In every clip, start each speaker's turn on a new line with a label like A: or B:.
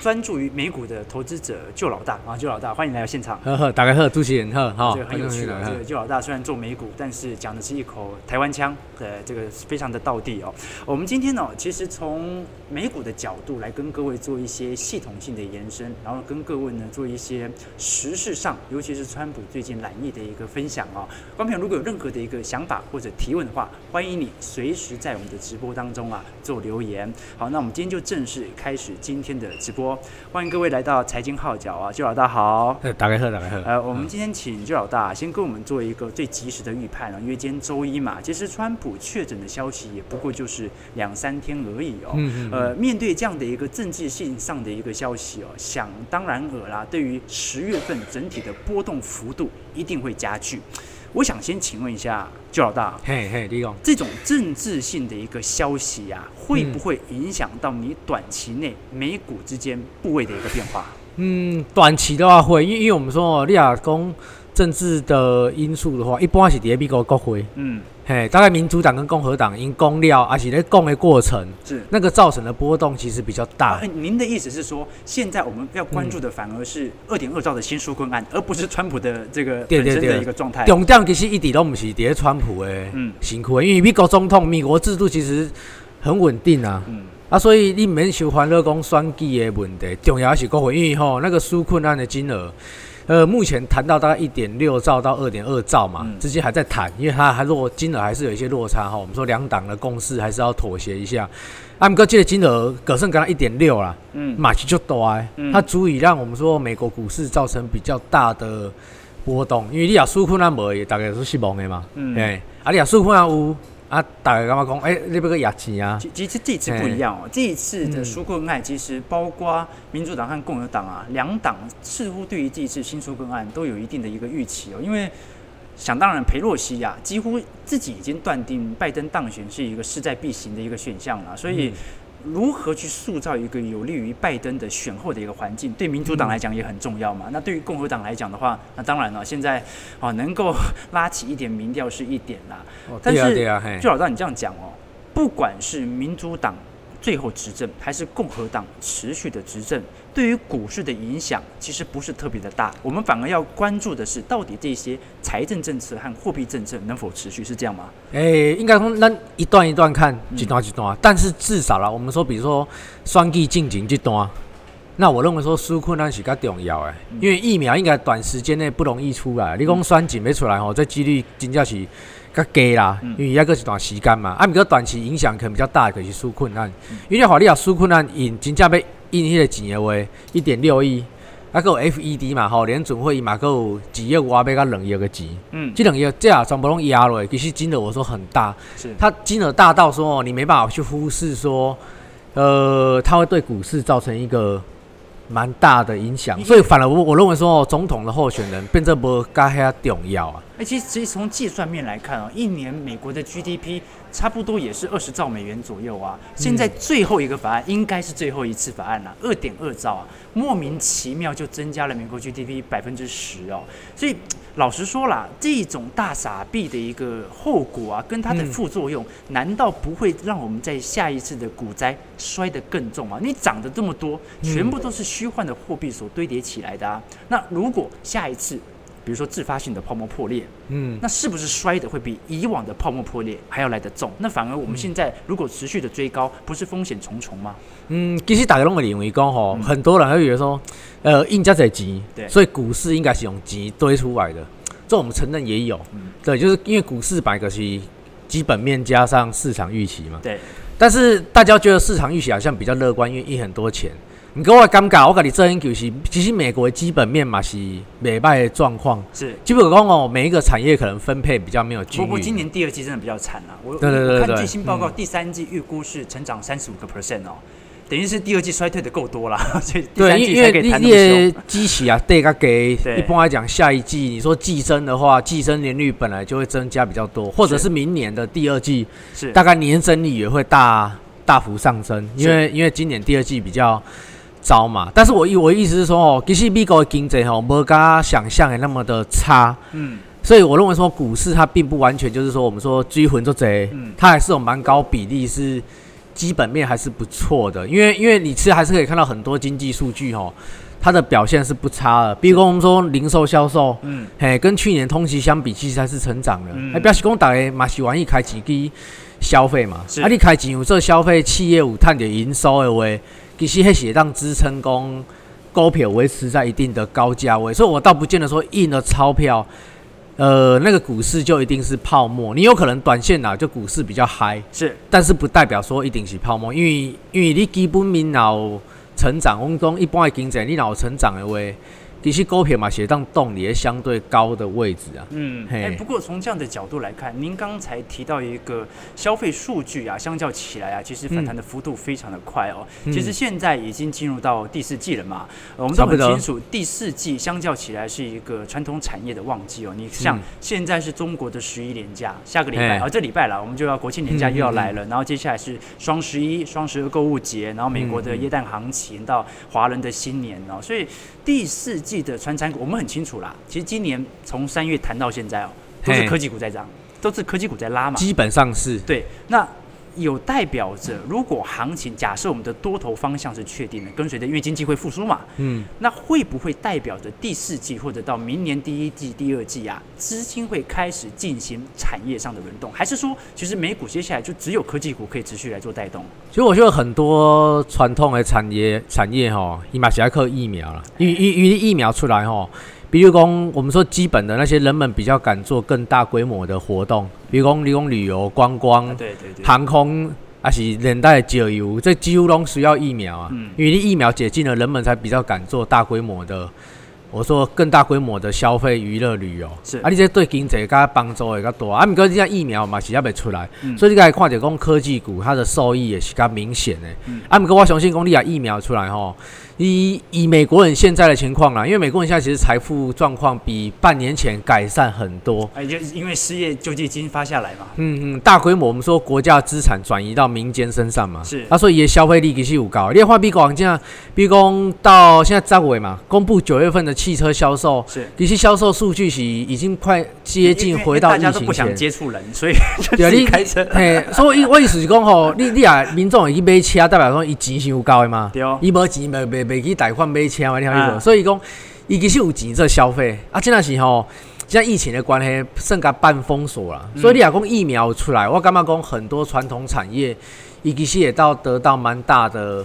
A: 专注于美股的投资者旧老大，啊，旧老大，欢迎来到现场。
B: 呵呵，打开呵，主持人呵，哈，
A: 对，很有趣的。嗯
B: 呵
A: 这个旧老大虽然做美股，但是讲的是一口台湾腔，对，这个非常的道地哦。我们今天呢、其实从美股的角度来跟各位做一些系统性的延伸，然后跟各位呢做一些时事上，尤其是川普最近蓝意的一个分享哦。观众朋友如果有任何的一个想法或者提问的话，欢迎你随时在我们的直播当中啊做留言。好，那我们今天就正式开始今天的直播，欢迎各位来到财经号角啊，旧老大好。
B: 呃打开呵，打开呵。
A: 呃，我们今天请周老大先跟我们做一个最及时的预判啊，因为今天周一嘛，其实川普确诊的消息也不过就是两三天而已哦。
B: 嗯嗯，
A: 呃，面对这样的一个政治性上的一个消息哦，想当然尔啦，对于十月份整体的波动幅度一定会加剧。我想先请问一下周老大，
B: 嘿嘿，李勇，
A: 这种政治性的一个消息呀、会
B: 嗯
A: 不会影响到你短期内美股之间部位的一个变化？
B: 嗯，短期的话会，因为因为我们说哦，你亚公政治的因素的话，一般是伫美国国会，
A: 嗯，
B: 嘿，大概民主党跟共和党因公料，而且在共的过程，
A: 是。
B: 那个造成的波动其实比较
A: 啊
B: 大，。
A: 您的意思是说，现在我们要关注的
B: 嗯
A: 反而是二点二兆的新纾困案，而不是川普的这个
B: 对
A: 本
B: 对
A: 身的
B: 对
A: 一个状态。
B: 重点其实一直都不是伫咧川普的
A: 嗯
B: 辛苦的，因为美国总统、美国制度其实很稳定啊。
A: 嗯，
B: 啊，所以你免受烦恼讲选举的问题，重要的是国会，因为吼那个纾困案的金额，呃，目前谈到大概一点六兆到二点二兆嘛
A: 嗯，
B: 之间还在谈，因为它还落金额还是有一些落差哈。我们说两党的共识还是要妥协一下。啊，不过这个金额可剩刚刚一点六啦，
A: 嗯
B: 马奇就多哎
A: 嗯，
B: 它足以让我们说美国股市造成比较大的波动，因为你啊纾困案无，大概是失望的嘛，
A: 嗯
B: 哎、啊你啊纾困案有，啊大家感觉讲，哎、你要个压钱啊？
A: 其其实这一次不一样哦，这一次的纾困案其实包括民主党和共和党啊，两党似乎对于这一次新纾困案都有一定的一个预期哦，因为。想当然，裴洛西呀、几乎自己已经断定拜登当选是一个势在必行的一个选项了，所以
B: 嗯
A: 如何去塑造一个有利于拜登的选后的一个环境，对民主党来讲也很重要嘛。那对于共和党来讲的话，那当然了，现在啊能够拉起一点民调是一点啦。
B: 哦
A: 但
B: 对啊
A: 是
B: 对啊，嘿。
A: 就老大，你这样讲哦，不管是民主党最后执政，还是共和党持续的执政，对于股市的影响其实不是特别的大。我们反而要关注的是，到底这些财政政策和货币政策能否持续，是这样吗？
B: 诶、应该说咱一段一段看，
A: 嗯
B: 一段一段，但是至少啦，我们说，比如说双季进行这段，那我认为说纾困咱是较重要诶，因为疫苗应该短时间内不容易出来，你讲双季没出来吼，这几率真正是较低啦，
A: 嗯
B: 因为也个一段时间嘛，啊，毋过短期影响可能比较大，可是纾困咱，因为好你啊纾困咱因真正要印迄个钱诶话，一点六亿。啊，还有 FED 嘛，吼，联准会嘛，还有一亿外要到两亿个钱，
A: 嗯，
B: 这两个这啊全部拢压落来，其实金额我说很大，
A: 是
B: 它金额大到说哦你没办法去忽视说，呃，它会对股市造成一个蛮大的影
A: 嗯
B: 响，所以反而我我认为说哦总统的候选人变这不该遐重要啊，
A: 哎，其实其实从计算面来看啊、一年美国的 GDP 差不多也是二十兆美元左右啊。现在最后一个法案应该是最后一次法案了、2二点二兆啊，莫名其妙就增加了美国 GDP 百分之十哦。所以老实说啦，这种大傻逼的一个后果啊，跟它的
B: 嗯
A: 副作用，难道不会让我们在下一次的股灾摔得更重吗？你涨得这么多，全部都是虚幻的货币所堆叠起来的啊。那如果下一次，比如说自发性的泡沫破裂，
B: 嗯，
A: 那是不是摔的会比以往的泡沫破裂还要来得重？那反而我们现在如果持续的追高，不是风险重重吗？
B: 嗯，其实大家拢会认为讲吼，很多人会以为说，呃，印加在钱
A: 嗯对，
B: 所以股市应该是用钱堆出来的。这我们承认也有，
A: 嗯
B: 对，就是因为股市百个是基本面加上市场预期嘛。
A: 对。
B: 但是大家觉得市场预期好像比较乐观，因为印很多钱。你跟我尴尬，我跟你这研究是，其实美国的基本面嘛是美败的状况，
A: 是。
B: 基本讲哦，每一个产业可能分配比较没有均
A: 不
B: 匀。
A: 过今年第二季真的比较惨啊！我
B: 对对对
A: 我看
B: 对
A: 最新报告，第三季预估是成长三十五个 percent 哦，等于是第二季衰退的够多啦， 所以第
B: 对，
A: 三
B: 因
A: 季
B: 因
A: 才
B: 为
A: 可以
B: 你
A: 谈那
B: 你
A: 么凶。
B: 的基期啊，对个给
A: 对
B: 一般来讲，下一季你说季增的话，季增年率本来就会增加比较多，或者
A: 是
B: 是明年的第二季，
A: 是
B: 大概年增率也会大大幅上升，因为因为今年第二季比较糟嘛。但是我意我意思是说哦，其实美国的经济哦，没大家想象的那么的差，
A: 嗯
B: 所以我认为说股市它并不完全就是说我们说追魂做贼
A: 嗯，
B: 它还是有蛮高比例是基本面还是不错的，因为因为你其实还是可以看到很多经济数据哦，它的表现是不差的。比如说我们说零售销售，
A: 嗯，
B: 嘿，跟去年同期相比，其实还是成长的。
A: 嗯
B: 哎、表示讲大家嘛是愿意开钱去消费嘛，
A: 是
B: 啊，你开钱有做消费，企业有赚着营收的话，其实迄是会当支撑讲股票维持在一定的高价位，所以我倒不见得说印了钞票。呃，那个股市就一定是泡沫，你有可能短线啊，就股市比较嗨，
A: 是
B: 但是不代表说一定是泡沫，因为因为你基本面有成长，我们讲一般的经济你若有成长的话，其实股票嘛是会当动你的相对高的位置啊。
A: 嗯，哎、
B: 嘿
A: 不过从这样的角度来看，您刚才提到一个消费数据啊，相较起来啊，其实反弹的幅度非常的快哦。
B: 嗯
A: 其实现在已经进入到第四季了嘛，呃我们都
B: 差不
A: 很
B: 多
A: 清楚，第四季相较起来是一个传统产业的旺季哦。你像
B: 嗯
A: 现在是中国的十一连假，下个礼拜
B: 哎
A: 啊、这礼拜了，我们就要国庆年假
B: 嗯
A: 又要
B: 嗯嗯
A: 来了，然后接下来是双十一、双十二购物节，然后美国的
B: 嗯嗯
A: 耶诞行情到华人的新年哦，所以第四季的传产股，我们很清楚啦。其实今年从三月谈到现在哦，都是
B: 嘿
A: 科技股在涨，都是科技股在拉嘛。
B: 基本上是
A: 对，那有代表着，如果行情假设我们的多头方向是确定的，跟随着因为经济会复苏嘛，
B: 嗯，
A: 那会不会代表着第四季或者到明年第一季、第二季啊，资金会开始进行产业上的轮动？还是说，其实美股接下来就只有科技股可以持续来做带动？
B: 其实我觉得很多传统的产业产业吼，伊嘛是要靠疫苗啦，因为因为因为疫苗出来吼。比如讲，我们说基本的那些人们比较敢做更大规模的活动，比如讲，你讲旅游、观光
A: 啊，、对对对，
B: 航空还是连带的石油，这几乎拢需要疫苗啊。
A: 嗯
B: 因为你疫苗解禁了，人们才比较敢做大规模的，我说更大规模的消费、娱乐、旅游。
A: 是
B: 啊，你这对经济甲帮助会较大。啊，毋过你这疫苗嘛是还袂出来，
A: 嗯
B: 所以你才会看着讲科技股它的受益也是较明显的。
A: 嗯
B: 啊，毋过我相信讲你啊疫苗出来吼，以以美国人现在的情况啦，因为美国人现在其实财富状况比半年前改善很多。
A: 哎，就因为失业救济金发下来嘛，
B: 嗯嗯，大规模我们说国家资产转移到民间身上嘛，
A: 是
B: 啊，所以也消费力其实有高。你看美国这样，比如讲到现在十月嘛，公布九月份的汽车销售，
A: 是
B: 其实销售数据是已经快接
A: 因
B: 近
A: 为
B: 回到
A: 大
B: 疫
A: 家都
B: 情
A: 不想
B: 前。
A: 接触人，所以就
B: 对啊
A: 自己
B: 你
A: 开车。
B: 嘿，所以我意思是讲吼，你你啊，民众会去买车，代表讲伊钱是有够的嘛，
A: 对哦
B: 伊无钱袂袂袂去贷款买车嘛，你听我意思无？
A: 啊
B: 所以讲，伊其实有钱做消费，啊，真的是吼，像疫情的关系，算甲半封锁
A: 嗯
B: 啦。所以你若讲疫苗有出来，我感觉讲很多传统产业，伊其实也到得到蛮大的。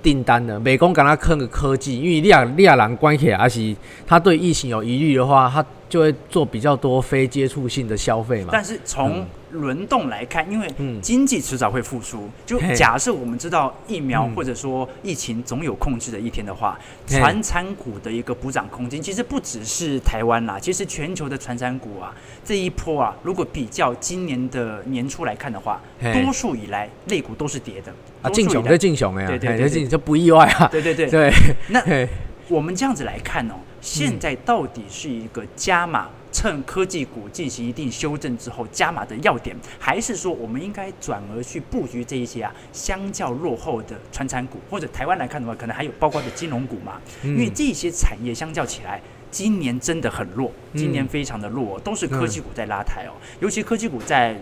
B: 订单的，美工敢他坑个科技，因为利亚利亚人关起来，还是他对疫情有疑虑的话，他就会做比较多非接触性的消费嘛。
A: 但是从轮动来看，因为
B: 嗯
A: 经济迟早会复苏。就
B: 嘿
A: 假设我们知道疫苗
B: 嗯
A: 或者说疫情总有控制的一天的话，
B: 嘿
A: 传产股的一个补涨空间，其实不只是台湾啦，其实全球的传产股啊，这一波啊，如果比较今年的年初来看的话，
B: 嘿
A: 多数以来类股都是跌的
B: 啊，
A: 多
B: 进
A: 数
B: 熊
A: 以
B: 就
A: 来
B: 进熊哎呀，
A: 对对
B: 嘿
A: 对
B: 就进就不意外啊。
A: 对对对，
B: 对，
A: 那
B: 嘿
A: 我们这样子来看哦，现在到底是一个加码，趁科技股进行一定修正之后加码的要点，还是说我们应该转而去布局这一些啊相较落后的传产股，或者台湾来看的话，可能还有包括的金融股嘛？因为
B: 嗯
A: 这些产业相较起来。今年真的很弱，今年非常的弱、哦，都是
B: 嗯
A: 科技股在拉抬哦。尤其科技股在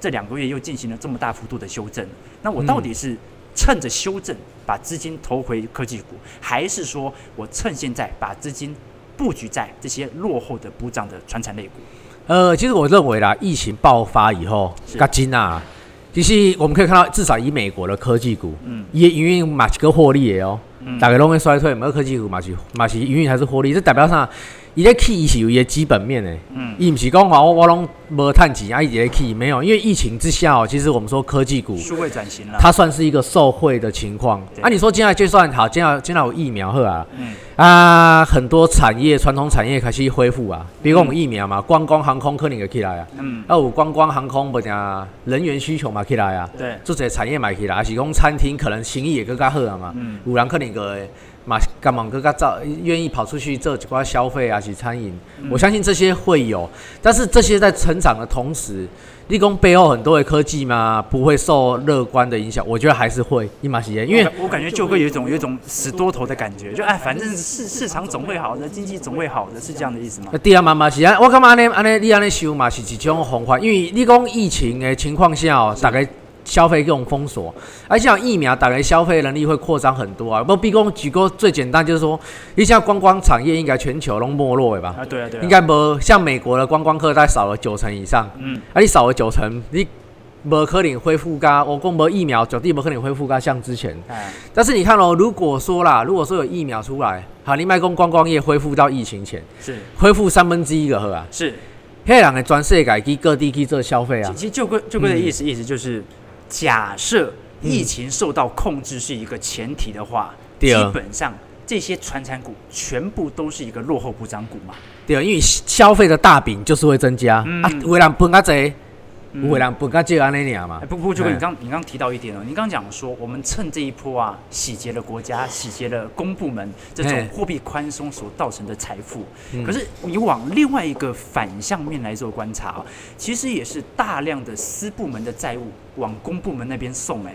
A: 这两个月又进行了这么大幅度的修正，那我
B: 嗯
A: 到底是趁着修正把资金投回科技股，还是说我趁现在把资金布局在这些落后的补涨的传产类股？
B: 呃，其实我认为啦，疫情爆发以后，
A: 是
B: 加金啊，其实我们可以看到，至少以美国的科技股，
A: 嗯
B: 也因为马几个获利的哦，
A: 嗯
B: 大概拢会衰退，没有科技股嘛是嘛是因为还是获利，这代表啥？伊在起伊是有伊的基本面的，
A: 嗯
B: 伊毋是讲哦吼我我拢无趁钱，啊伊在起没有，因为疫情之下哦，其实我们说科技股
A: 数位转型了，
B: 它算是一个受惠的情况。
A: 对
B: 啊，你说现在就算好，现在现在有疫苗后啊，
A: 嗯
B: 啊，很多产业传统产业开始恢复啊，比如讲
A: 嗯
B: 有疫苗嘛，观光航空可能就起来啊，
A: 嗯，
B: 啊有观光航空不讲人员需求嘛起来啊，
A: 对，
B: 做些产业嘛起来，还是讲餐厅可能生意也更加好啊嘛，
A: 嗯
B: 有人可能个嘛干嘛更加造愿意跑出去做一寡消费啊，还是餐饮，我相信这些会有，但是这些在成长的同时。立功背后很多的科技嘛，不会受乐观的影响，我觉得还是会一码时间，因为
A: 我感我感觉就会有一种有一种死多头的感觉，就哎，反正市市场总会好的，经济总会好的，是这样的意思吗
B: 啊，？对啊，嘛嘛是啊，我感觉安尼安尼，你安尼想嘛是一种方法，因为你讲疫情的情况下哦，大家消费各种封锁，而且像疫苗打来消费能力会扩张很多啊。不，毕恭举个最简单就是说，你像观光产业应该全球都没落的吧？
A: 啊，对啊，对啊，
B: 呃应该无像美国的观光客大概少了九成以上，
A: 嗯，
B: 啊，你少了九成，你无可能恢复噶，我讲无疫苗绝对无可能恢复噶像之前。
A: 哎，
B: 但是你看哦，如果说啦，如果说有疫苗出来，好，你卖讲观光业恢复到疫情前，
A: 是
B: 恢复三分之一个好啊，
A: 是，
B: 黑人的全世界去各地去做消费啊
A: 其，其实就归就归的意思，意思就是假设疫情受到控制是一个前提的话，
B: 对
A: 基
B: 啊
A: 本上这些传产股全部都是一个落后补涨股嘛。
B: 对啊，因为消费的大饼就是会增加、
A: 嗯
B: 啊，有的人分较侪，
A: 嗯
B: 有的人分较少安尼尔嘛
A: 哎，，不不过就跟你
B: 哎
A: 刚你刚提到一点哦，你刚讲说我们趁这一波啊，洗劫了国家，洗劫了公部门这种
B: 哎
A: 货币宽松所造成的财富。
B: 嗯
A: 可是你往另外一个反向面来做观察、啊，其实也是大量的私部门的债务往公部门那边送、哎。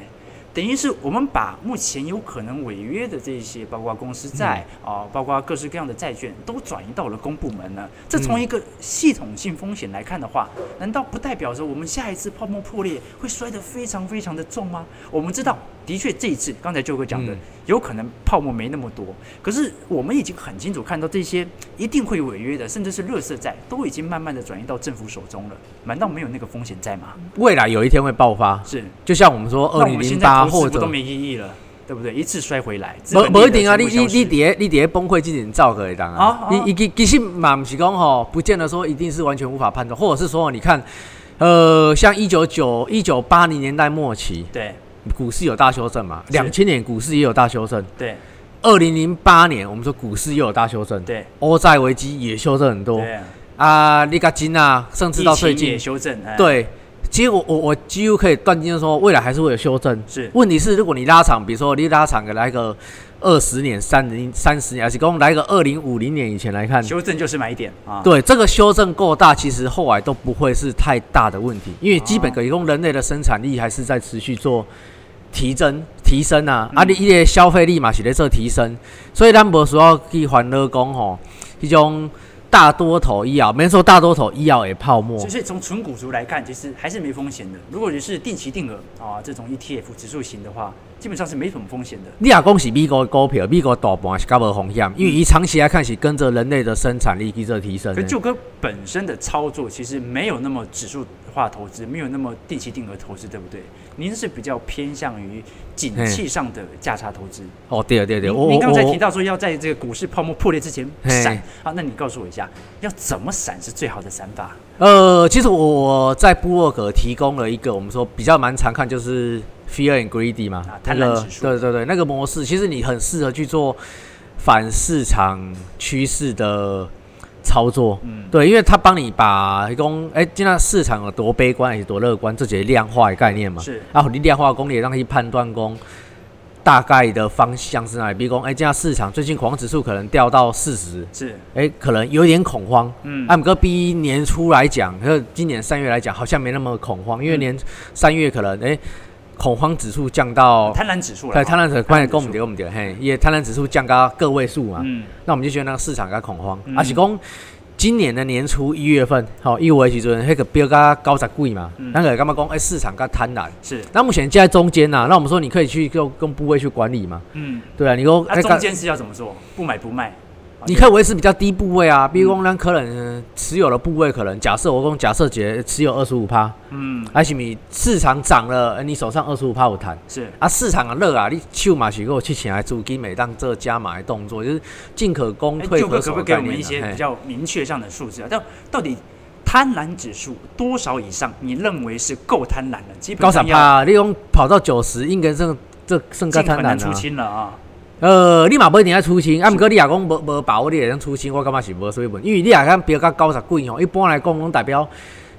A: 等于是我们把目前有可能违约的这些，包括公司
B: 嗯
A: 债啊、包括各式各样的债券，都转移到了公部门呢。这从
B: 嗯
A: 一个系统性风险来看的话，难道不代表着我们下一次泡沫破裂会摔得非常非常的重吗？我们知道，的确这一次刚才就哥讲的
B: 嗯，
A: 有可能泡沫没那么多，可是我们已经很清楚看到这些一定会违约的，甚至是垃圾债都已经慢慢的转移到政府手中了，难道没有那个风险在吗？
B: 未来有一天会爆发，
A: 是，
B: 就像我们说
A: 那
B: 二
A: 我
B: 零
A: 们现
B: 零
A: 在投
B: 八
A: 资
B: 或
A: 不都
B: 者。
A: 没意义了，对不对？一次摔回来，
B: 无无一定啊！
A: 资
B: 你
A: 本利得全部消
B: 你
A: 失
B: 你伫你伫崩溃之前造可会当
A: 哦
B: 啊
A: 哦！
B: 你你其其实嘛，不是讲吼，不见得说一定是完全无法判断，或者是说你看，呃，像一九九一九八零年代末期，
A: 对
B: 股市有大修正嘛，
A: 是
B: 两千年股市也有大修正，
A: 对
B: 二零零八年我们说股市又有大修正，
A: 对
B: 欧债危机也修正很多
A: 对，
B: 啊，你个金啊，甚至到哦最
A: 疫情也
B: 近，
A: 修正，哎，
B: 对，其实我我我几乎可以断定说，未来还是会有修正，
A: 是
B: 问题是，如果你拉长，比如说你拉长个来个二十年、三零、三十年，还是讲来个二零五零年以前来看，
A: 修正就是买点啊，
B: 对这个修正够大，其实后来都不会是太大的问题，因为基本可以供人类的生产力还是在持续做提升、提升啊，
A: 嗯
B: 啊，你一些消费力嘛是在做提升，所以咱无需要去烦恼讲吼，迄种大多头医药，没说大多头医药也泡沫
A: 所，以从纯股族来看，其实还是没风险的。如果你是定期定额啊这种 ETF 指数型的话，基本上是没什么风险的。
B: 你若讲是美国的股票，美国大盘是较无风险，因为伊长期来看是跟着人类的生产力去做提升
A: 可是
B: 的。
A: 舅哥本身的操作其实没有那么指数化投资，没有那么定期定额投资，对不对？您是比较偏向于景气上的价差投资。
B: 哦，对对对，
A: 您
B: 我我
A: 您刚才提
B: 我
A: 到说要在这个股市泡沫破裂之前
B: 嘿
A: 闪啊，那你告诉我一下，要怎么闪是最好的闪法？
B: 呃，其实我我在布洛格提供了一个我们说比较蛮常看就是 fear and greedy 嘛，
A: 啊
B: 那
A: 贪婪
B: 个
A: 指数
B: 对对对，那个模式其实你很适合去做反市场趋势的操作。
A: 嗯，
B: 对，因为它帮你把讲，哎，今天市场有多悲观还是多乐观，这些量化的概念嘛。
A: 是
B: 啊，你量化功也让去判断工大概的方向是哪里。比如讲，哎、这样市场最近恐慌指数可能掉到四十，
A: 是，
B: 哎，可能有点恐慌。
A: 嗯，
B: 啊，姆哥比年初来讲，和今年三月来讲，好像没那么恐慌，因为
A: 嗯
B: 年三月可能哎、恐慌指数降到，
A: 贪婪指数啦
B: 哦对，贪婪指数，关键跟我们
A: 指
B: 点，跟我们点，嘿，也贪婪指数降到个位数嘛，
A: 嗯，
B: 那我们就觉得那个市场该恐慌，
A: 嗯
B: 而且讲今年的年初一月份，吼、一月的时阵，那个标价高十贵嘛，
A: 嗯
B: 那个干嘛讲，哎、市场该贪婪。
A: 是，
B: 那目前就在中间呐、啊那我们说你可以去用跟部位去管理嘛，
A: 嗯，
B: 对啊，你说、
A: 那
B: 哎
A: 中间是要怎么做？不买不卖，啊嗯
B: 你
A: 就
B: 可以维持比较低部位啊，比如讲咱可能呃持有的部位可能假设我讲假设节持有二十五趴，
A: 嗯，
B: 还是你市场涨了，呃你手上二十五趴有弹
A: 是
B: 啊，市场啊热啊，你手嘛是够去请来租金每当这加码的动作，就是进可攻
A: 哎
B: 嗯退
A: 舅哥
B: 可
A: 可
B: 守
A: 不可以给
B: 的概
A: 我
B: 念
A: 们一些
B: 啊
A: 比
B: 嘿。
A: 较明确上的数字啊？到到底贪婪指数多少以上，你认为是够贪婪了？基
B: 高
A: 本
B: 三
A: 上
B: 趴
A: 要
B: 啊，你讲跑到九十，应该这这剩个
A: 尽
B: 贪
A: 可
B: 婪
A: 能出
B: 啊。
A: 清了啊！
B: 呃，你嘛不一定要出清，啊，毋过你若讲无无把握，你会当出清，我感觉是无所谓问，因为你若讲标到九十几吼，一般来讲拢代表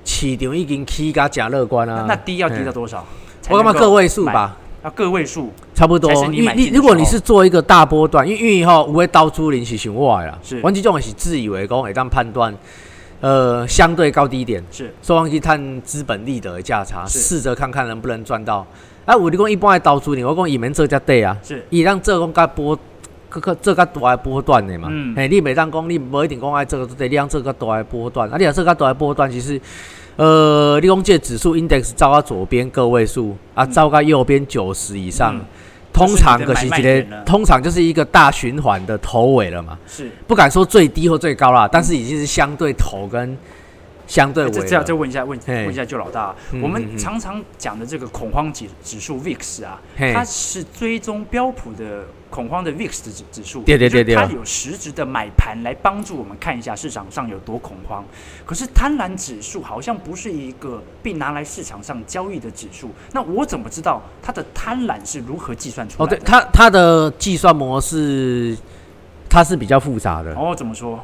B: 市场已经起甲诚乐观啊
A: 那。那低要低
B: 嘿
A: 到多少？才
B: 我
A: 能
B: 干嘛
A: 够
B: 个位数
A: 买？
B: 吧，
A: 要个位数
B: 差不多
A: 才是。你
B: 因
A: 买
B: 为
A: 进
B: 你
A: 的
B: 如果你
A: 时候
B: 是做一个大波段，因为因为吼，有的刀猪林是想我的啦
A: 是，
B: 阮这种的是自以为讲会当判断，呃，相对高低点，
A: 是
B: 所以我们去探资本利得的价差，
A: 是
B: 试着看看能不能赚到。啊，有你讲一般的刀猪林，我讲伊免做遮底啊，
A: 是
B: 伊当做讲较波。个个做较大的波段的嘛，
A: 嗯
B: 嘿、你袂当讲你无一定讲爱做个对，你当做较大的波段，啊，你若做较大的波段，其实，呃，你讲这指数 index 走到左边个位数啊，
A: 嗯
B: 走到右边九十以上，
A: 嗯
B: 通常可是
A: 就
B: 一
A: 是你的买卖
B: 个
A: 点了
B: 通常就是一个大循环的头尾了嘛，
A: 是。
B: 不敢说最低或最高啦，但是已经是相对头跟相对
A: 哎嗯
B: 尾
A: 这这要
B: 了
A: 再。问一下，问
B: 嘿
A: 问一下舅老大，
B: 嗯
A: 我
B: 嗯
A: 们
B: 嗯
A: 常常讲的这个恐慌指指数 VIX 啊，
B: 嘿
A: 它是追踪标普的恐慌的 VIX 的指指数，
B: 对对对
A: 就是它
B: 对
A: 有实质的买盘来帮助我们看一下市场上有多恐慌。可是贪婪指数好像不是一个被拿来市场上交易的指数，那我怎么知道它的贪婪是如何计算出
B: 哦，
A: 来的？
B: 对，它它的计算模式它是比较复杂的，
A: 哦，怎么说？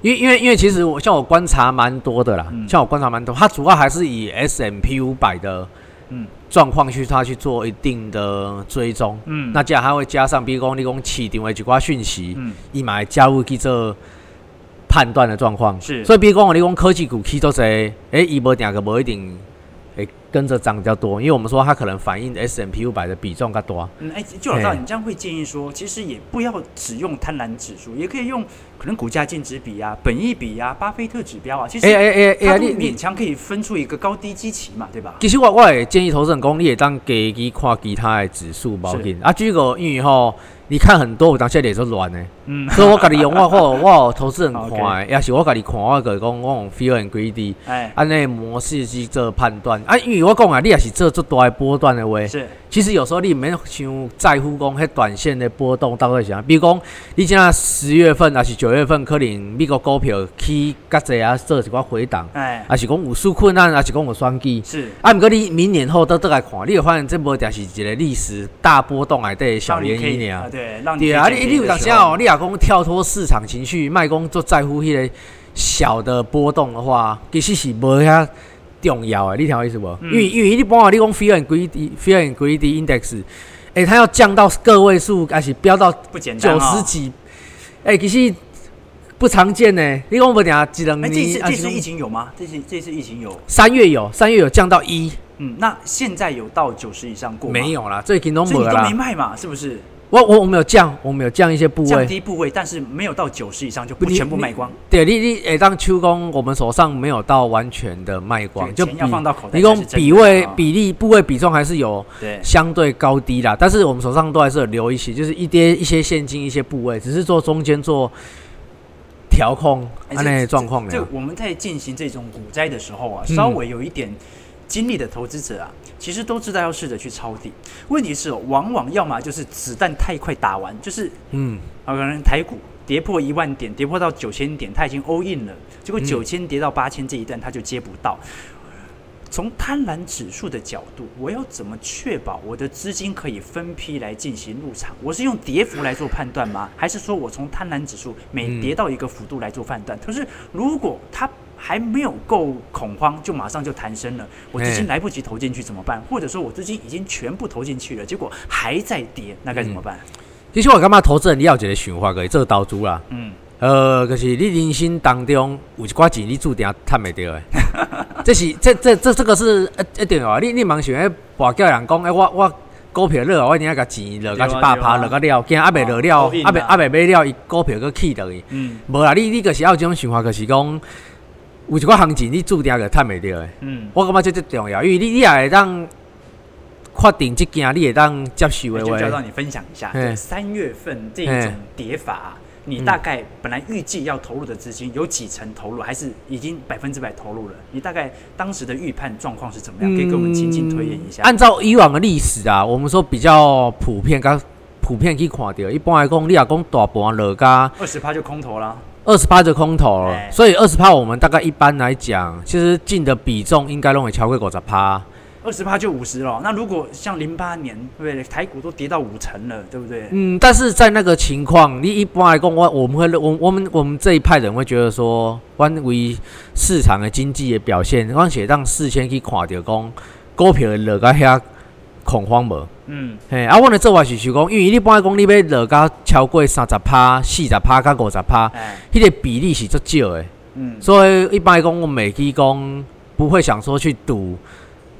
B: 因为因为因为其实我像我观察蛮多的啦，
A: 嗯
B: 像我观察蛮多，它主要还是以 S M P 五百的
A: 嗯
B: 状况去它去做一定的追踪。
A: 嗯，
B: 那这样还会加上，比如讲你讲市场的一寡讯息，
A: 嗯
B: 伊嘛会加入去做判断的状况。
A: 是
B: 所以比如讲我你讲科技股起都谁，诶，伊无定个无一定会跟着涨比较多，因为我们说它可能反映 S M P 五百的比重较大。
A: 嗯，哎，就老大，
B: 嘿
A: 你这样会建议说，其实也不要只用贪婪指数，也可以用可能股价净值比啊、本益比啊、巴菲特指标啊，其实
B: 诶诶诶诶，
A: 它
B: 啊
A: 都
B: 你
A: 勉
B: 你，
A: 强可以分出一个高低基期嘛，对吧？
B: 其实我我会建议投资人讲，你也当给去看其他的指数包紧。啊，这个因为吼，你看很多有当时也是 乱的，
A: 嗯，
B: 所以我家己用我我我有投资人看
A: 啊 OK
B: 的，也是我家己看我个讲我用 feel and greedy。
A: 哎，
B: 按那模式去做判断啊，因为我讲啊，你也是做做大的波段的话，
A: 是，
B: 其实有时候你免想在乎讲迄短线的波动到底是啥，比如讲你今仔十月份还是九月份，可能美国股票起较济啊，做一寡回档，
A: 哎，
B: 还是讲有纾困啊难，还是讲有选举。
A: 是，
B: 啊，毋过你明年后倒倒来看，你会发现这无定是一个历史大波动内底的小
A: 让你
B: 涟
A: 可以
B: 漪
A: 啊，
B: 尔。
A: 对，让你
B: 对
A: 可以
B: 啊，
A: 减
B: 你
A: 肥
B: 你有
A: 的
B: 当
A: 时
B: 下
A: 候
B: 哦，你也讲跳脱市场情绪，卖讲做在乎迄个小的波动的话，其实是无遐重要的，你听我意思无？
A: 嗯
B: 因为因为你帮我你讲 fear and greedy fear and greedy index，诶、它要降到个位数，还是飙到
A: 不简单
B: 九
A: 啊
B: 十。几？诶、其实不常见呢、你讲无定一两
A: 哎，这次
B: 年，啊
A: 这次疫
B: 讲
A: 情有吗？这次这次疫情有，
B: 三月有，三月有降到一，
A: 嗯，那现在有到九十以上过吗
B: 没，有啦，最近都
A: 所以
B: 没
A: 你
B: 有
A: 都
B: 啦
A: 没。卖嘛，是不是？
B: 我我我们有降，我们有降一些部
A: 降
B: 位。
A: 低部位，但是没有到九十以上就不
B: 你
A: 全部
B: 你
A: 卖光，
B: 对，你你诶，当秋工，我们手上没有到完全的卖光，
A: 这
B: 就
A: 个
B: 比
A: 钱要放到口袋才
B: 你
A: 是真
B: 用
A: 的啊。
B: 比位比例部位比重还是有
A: 对，
B: 相对高低啦，但是我们手上都还是有留一些，就是一跌一些现金一些部位，只是做中间做调控
A: 哎
B: 安
A: 这
B: 内
A: 这
B: 状况
A: 这
B: 了。
A: 我们在进行这种股灾的时候啊，
B: 嗯
A: 稍微有一点经历的投资者啊，其实都知道要试着去抄底。问题是、哦，往往要么就是子弹太快打完，就是
B: 嗯，
A: 啊，可能台股跌破一万点，跌破到九千点，它已经 all in 了，结果
B: 嗯
A: 九千跌到八千这一段它就接不到。从贪婪指数的角度，我要怎么确保我的资金可以分批来进行入场？我是用跌幅来做判断吗？还是说我从贪婪指数每
B: 嗯
A: 跌到一个幅度来做判断？可是如果它还没有够恐慌，就马上就弹升了，我资金
B: 哎
A: 来不及投进去怎么办？或者说我资金已经全部投进去了，结果还在跌，那该怎么办？
B: 其实我感觉投资人你要有一个想法，可以做投资啦。
A: 嗯，
B: 呃，就是你人生当中有一寡钱，你注定赚袂到的。这是这这这这个是一一定有啊！你你茫想迄跋筊人讲，哎、我我股票落，我一定要甲钱落到一
A: 对啊对
B: 百
A: 啊
B: 趴，落到了，惊啊袂落
A: 哦
B: 了
A: ，all in，
B: 啊袂
A: 啊
B: 啊袂买了，伊股票佫起落去。
A: 嗯
B: 无啦，你你就是要有这种想法，就是讲有一寡行情你注定个赚袂到的。
A: 嗯。
B: 我感觉这最重要，因为你你也会当确定即件，你会当接受的
A: 就教到
B: 话，
A: 你分享一下，
B: 嘿
A: 对三月份这一
B: 嘿嗯
A: 种跌法啊、你大概本来预计要投入的资金有几成投入，还是已经百分之百投入了？你大概当时的预判状况是怎么
B: 嗯
A: 样？可以给我们轻轻推演一下。
B: 按照以往的历史啊，我们说比较普遍，刚普遍去看到，一般来讲，你若讲大盘落加
A: 二十趴就空投啦，
B: 二十趴的空头了
A: 哎，
B: 所以二十趴我们大概一般来讲，其实进的比重应该都会超过五十趴。
A: 二十趴就五十了。那如果像零八年，对不对？台股都跌到五成了，对不对？
B: 嗯，但是在那个情况，你一般来讲，我我们会我我们我们这一派人会觉得说，关于市场的经济的表现，我写让事先去看到讲股票落到遐恐慌无。
A: 嗯，
B: 嘿，啊，我的做法是想讲，因为你一般来讲，你要落到超过三十趴、四十趴、到五十趴，
A: 哎，
B: 迄、个比例是足少的。
A: 嗯，
B: 所以一般来讲，我每期讲不会想说去赌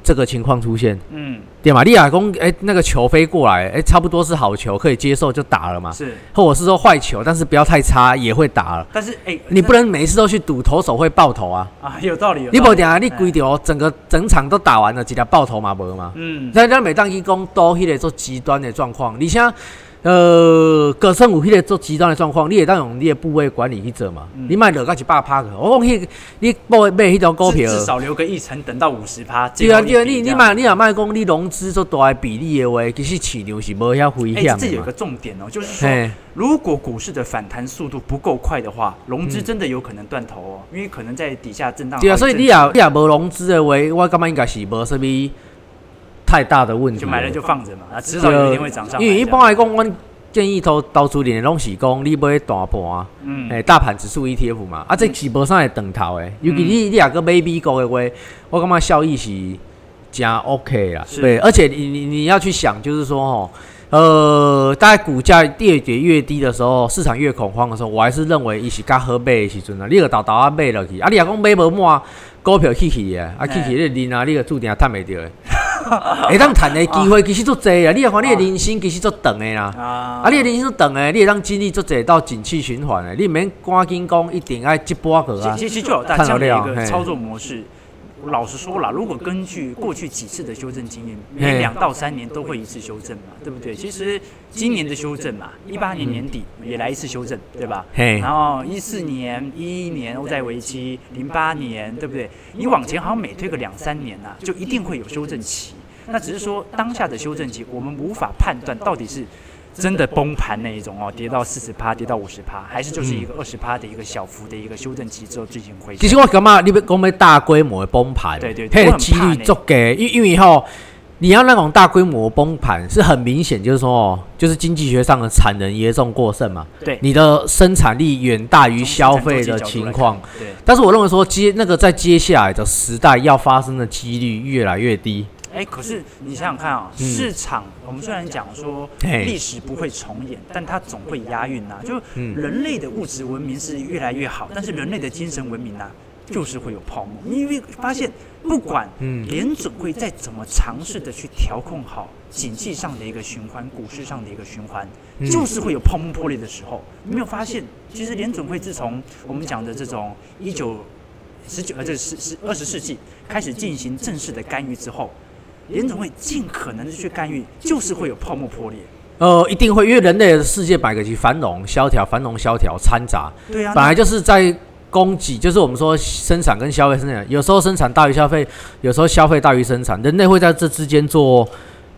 B: 这个情况出现，
A: 嗯，
B: 对嘛？利亚公哎，那个球飞过来，哎、差不多是好球，可以接受就打了嘛，
A: 是，
B: 或者是说坏球，但是不要太差也会打了。
A: 但是哎，
B: 你不
A: 能
B: 能每一次都去赌投手会爆头啊！
A: 啊，有道理，有
B: 你
A: 道
B: 不
A: 理
B: 定啊，你
A: 哎
B: 规条整个整场都打完了，几条爆头嘛无嘛？
A: 嗯，
B: 咱咱每当伊讲都迄个做极端的状况，而且呃，葛胜有迄个做极端的状况，你会当用你的部位管理去做嘛？
A: 嗯
B: 你卖落到一百趴去，我讲迄、个你买买迄条股
A: 至
B: 票。
A: 至少留个一层，等到五十趴，
B: 对
A: 最
B: 啊，
A: 后一
B: 对啊，
A: 笔这
B: 你你
A: 样
B: 嘛，你若卖讲你融资做大的比例的话，其实市场是无遐危
A: 哎、
B: 险
A: 这
B: 的
A: 有
B: 嘛
A: 个。重点哦，就是说，
B: 嘿，
A: 如果股市的反弹速度不够快的话，融资真的有可能断头哦，因为可能在底下震荡好一
B: 嗯对
A: 阵
B: 啊，
A: 子。
B: 所以你也你也无融资的话，我感觉应该是无什么太大的问题。
A: 就买了就放着嘛，啊，迟早有一天会涨上来。
B: 因为一般
A: 这样，
B: 来讲，阮建议投投资人拢是讲你买大盘，诶、
A: 嗯，
B: 大盘指数 ETF 嘛，啊，这是无啥会长头的。尤其你你若个买美国的话，我感觉效益是真 OK 啦。
A: 是
B: 对，而且你你你要去想，就是说吼。呃，大概股价越跌越低的时候，市场越恐慌的时候，我还是认为伊是较好买的时阵啊，你个豆豆啊买落去，啊你若讲买无满，股票起去的，啊
A: 嘿
B: 起去你的认啊，你个注定趁袂着的。 会当趁的机会其实足济 啊，你若看你的人生其实足长的啦。
A: 啊
B: 啊，你的人生长诶，你会当经历做这到景气循环诶，你免赶紧讲一定爱一波个啊。
A: 其其其实就有大
B: 看
A: 这
B: 到
A: 样的
B: 料
A: 一
B: 嘿
A: 个操作模式。老实说啦，如果根据过去几次的修正经验，
B: 嘿
A: 每两到三年都会一次修正嘛，对不对？其实今年的修正嘛，一八年年底也来一次修正，对吧？
B: 嘿
A: 然，后一四年、一一年欧债危机，零八年，对不对？你往前好像每推个两三年呐、啊就一定会有修正期。那只是说当下的修正期，我们无法判断到底是真的崩盘那一种哦，跌到四十趴，跌到五十趴，还是就是一个二十趴的一个小幅的一个修正期之后进行回
B: 嗯其
A: 升。
B: 实我感觉你要讲要大规模的崩盘，
A: 对对对
B: 迄
A: 我
B: 个
A: 很
B: 几
A: 怕
B: 率
A: 呢
B: 足低的，因因为吼，你要那种大规模崩盘是很明显，就是说哦，就是经济学上的产能严重过剩嘛，
A: 对
B: 你的生产力远大于
A: 从
B: 消
A: 生产
B: 费
A: 周期
B: 的
A: 角度
B: 情
A: 来看
B: 况。，
A: 对，
B: 但是我认为说接那个在接下来的时代要发生的几率越来越低。
A: 哎，可是你想想看啊、
B: 嗯
A: 市场我们虽然讲说
B: 嘿
A: 历史不会重演，但它总会押韵呐、就
B: 嗯
A: 人类的物质文明是越来越好，但是人类的精神文明呐、啊就是会有泡沫。因为发现，不管
B: 嗯
A: 联准会再怎么尝试的去调控好经济上的一个循环、股市上的一个循环，
B: 嗯
A: 就是会有泡沫破裂的时候。你没有发现，其实联准会自从我们讲的这种一九十九呃这十十二十世纪开始进行正式的干预之后，联总会尽可能的去干预，就是会有泡沫破裂。
B: 呃，一定会，因为人类的世界百个其繁荣、萧条、繁荣、萧条掺杂，
A: 对啊，
B: 本来就是在供给，就是我们说生产跟消费生产，有时候生产大于消费，有时候消费大于生产，人类会在这之间做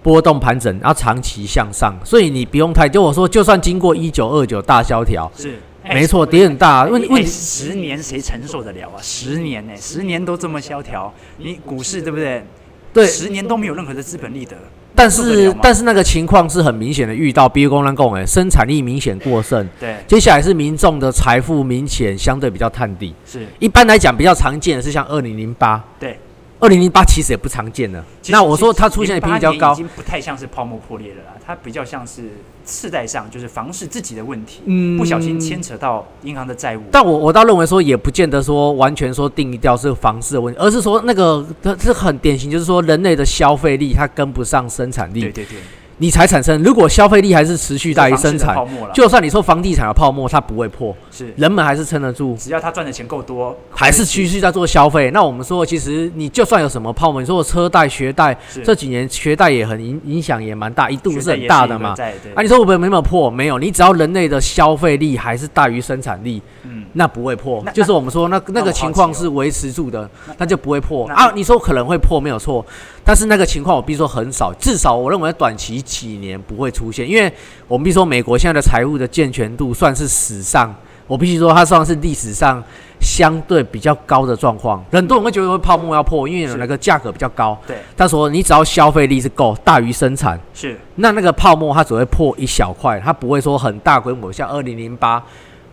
B: 波动盘整，然后长期向上，所以你不用太，就我说，就算经过一九二九大萧条，
A: 是
B: 没错，跌很大，问
A: 问
B: 问
A: 问
B: 题
A: 哎十年谁承受得了啊？十年呢、十年都这么萧条，你股市对不对？
B: 对，
A: 十年都没有任何的资本利得。
B: 但
A: 受得了
B: 是
A: 吗
B: 但是那个情况是很明显的遇到，比如公然供，哎，生产力明显过剩，
A: 对，
B: 接下来是民众的财富明显相对比较探底。
A: 是，
B: 一般来讲比较常见的是像二零零八，
A: 对。
B: 二零零八其实也不常见了。
A: 其实
B: 那我说它出现的频率比较
A: 08年已
B: 高，
A: 经不太像是泡沫破裂了啦，它比较像是次贷上就是房市自己的问题，
B: 嗯
A: 不小心牵扯到银行的债务。
B: 但我我倒认为说也不见得说完全说定义掉是房市的问题，而是说那个它是很典型，就是说人类的消费力它跟不上生产
A: 对
B: 力，
A: 对对，
B: 你才产生。如果消费力还是持续大于
A: 房市的
B: 生产
A: 泡，沫了，
B: 就算你说房地产有泡沫，它不会破，
A: 是
B: 人们还是撑得住。
A: 只要他赚的钱够多，
B: 还是持续在做消费，那我们说，其实你就算有什么泡沫，你说我车贷、学贷，
A: 是
B: 这几年学贷也很影影响也蛮大，一度是很大的嘛。
A: 对对
B: 啊，，你说我们有没有破？没有，你只要人类的消费力还是大于生产力，
A: 嗯，
B: 那不会破
A: 那。
B: 就是我们说那那
A: 那我
B: 个
A: 好
B: 情况
A: 奇哦
B: 是维持住的，那就不会破
A: 那
B: 啊。你说可能会破没有错，但是那个情况我必须说很少，至少我认为短期几年不会出现，因为我们必须说美国现在的财务的健全度算是史上，我必须说它算是历史上相对比较高的状况。很多人会觉得会泡沫要破，因为有
A: 是
B: 那个价格比较高，
A: 对，
B: 但说你只要消费力是够大于生产。
A: 是
B: 那那个泡沫它只会破一小块，它不会说很大规模，像二零零八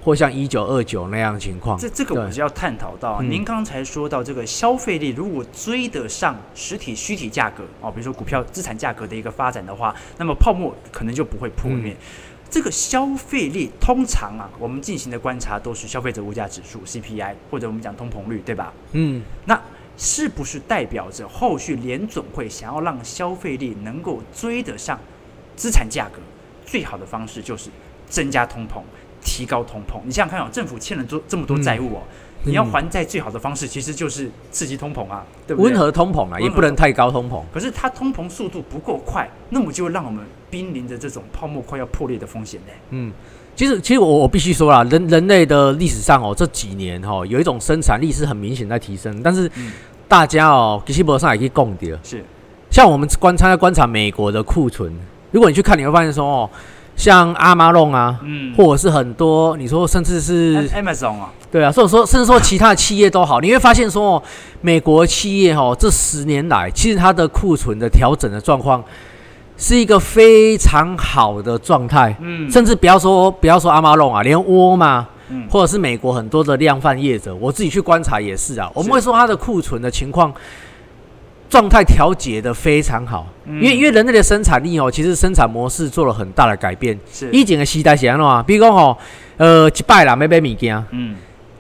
B: 或像一九二九那样的情况。
A: 这这个
B: 对
A: 我就要探讨到啊。
B: 嗯
A: 您刚才说到这个消费力，如果追得上实体虚体价格哦，比如说股票资产价格的一个发展的话，那么泡沫可能就不会破
B: 嗯
A: 灭。这个消费力通常啊，我们进行的观察都是消费者物价指数 CPI，或者我们讲通膨率，对吧？
B: 嗯，
A: 那是不是代表着后续联总会想要让消费力能够追得上资产价格？最好的方式就是增加通膨，提高通膨。你想想看哦，政府欠了多这么多债务哦，
B: 嗯
A: 你要还债最好的方式其实就是刺激通膨啊，对不对？
B: 温嗯和通膨啊，也
A: 温和
B: 不能太高通膨。
A: 可是它通膨速度不够快，那么就会让我们濒临着这种泡沫快要破裂的风险呢。
B: 嗯，其实其实我我必须说啦，人人类的历史上哦，这几年哦，有一种生产力是很明显在提升，但是
A: 嗯
B: 大家哦，其实博上也可以供掉。
A: 是，
B: 像我们观察观察美国的库存，如果你去看，你会发现说哦，像阿玛弄啊，
A: 嗯
B: 或者是很多你说甚至是
A: Am- Amazon 啊，
B: 对啊，所以说甚至说其他的企业都好，你会发现说哦，美国企业哦，这十年来其实它的库存的调整的状况是一个非常好的状态。
A: 嗯
B: 甚至不要说不要说阿玛龙啊，连沃嘛，
A: 嗯
B: 或者是美国很多的量贩业者，我自己去观察也是啊，我们会说它的库存的情况状态调节的非常好，
A: 嗯
B: 因为因为人类的生产力哦，其实生产模式做了很大的改变。
A: 是，
B: 以前的时代是安怎样？比如讲吼、呃，一摆人要买物件，
A: 嗯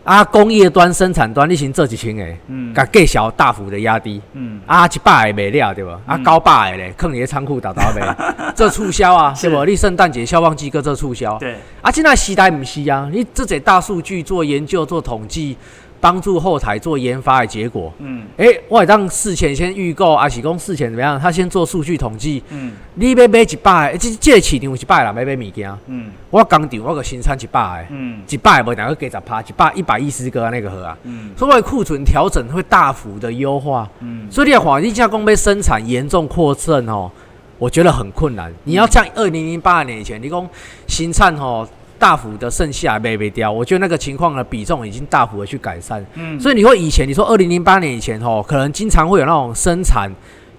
B: 啊，工业端、生产端你先做一千个，
A: 嗯
B: 甲价小大幅的压低。
A: 嗯，
B: 啊，一百个卖了对吧？啊，
A: 嗯
B: 九百个咧，放伫咧仓库沓 沓卖，做促销啊，
A: 是
B: 是无？你圣诞节消旺季搁做促销，
A: 对，
B: 啊，现在时代唔是啊，你这些大数据做研究、做统计，帮助后台做研发的结果。
A: 嗯
B: 诶、我会当事前先预购，啊是讲事前怎么样？他先做数据统计，
A: 嗯
B: 你要买一百个，即即个市场有一百人要买物件，
A: 嗯
B: 我工厂我个生产一百个，
A: 嗯
B: 一百个无两个加十趴，一百一百一十个那个盒啊，
A: 嗯
B: 所以库存调整会大幅的优化。
A: 嗯，
B: 所以你看，你加工被生产严重扩增哦，我觉得很困难。你要像二零零八年以前，你讲新产哦大幅的剩下卖不掉，我觉得那个情况的比重已经大幅的去改善。
A: 嗯
B: 所以你会以前你说二零零八年以前哦，可能经常会有那种生产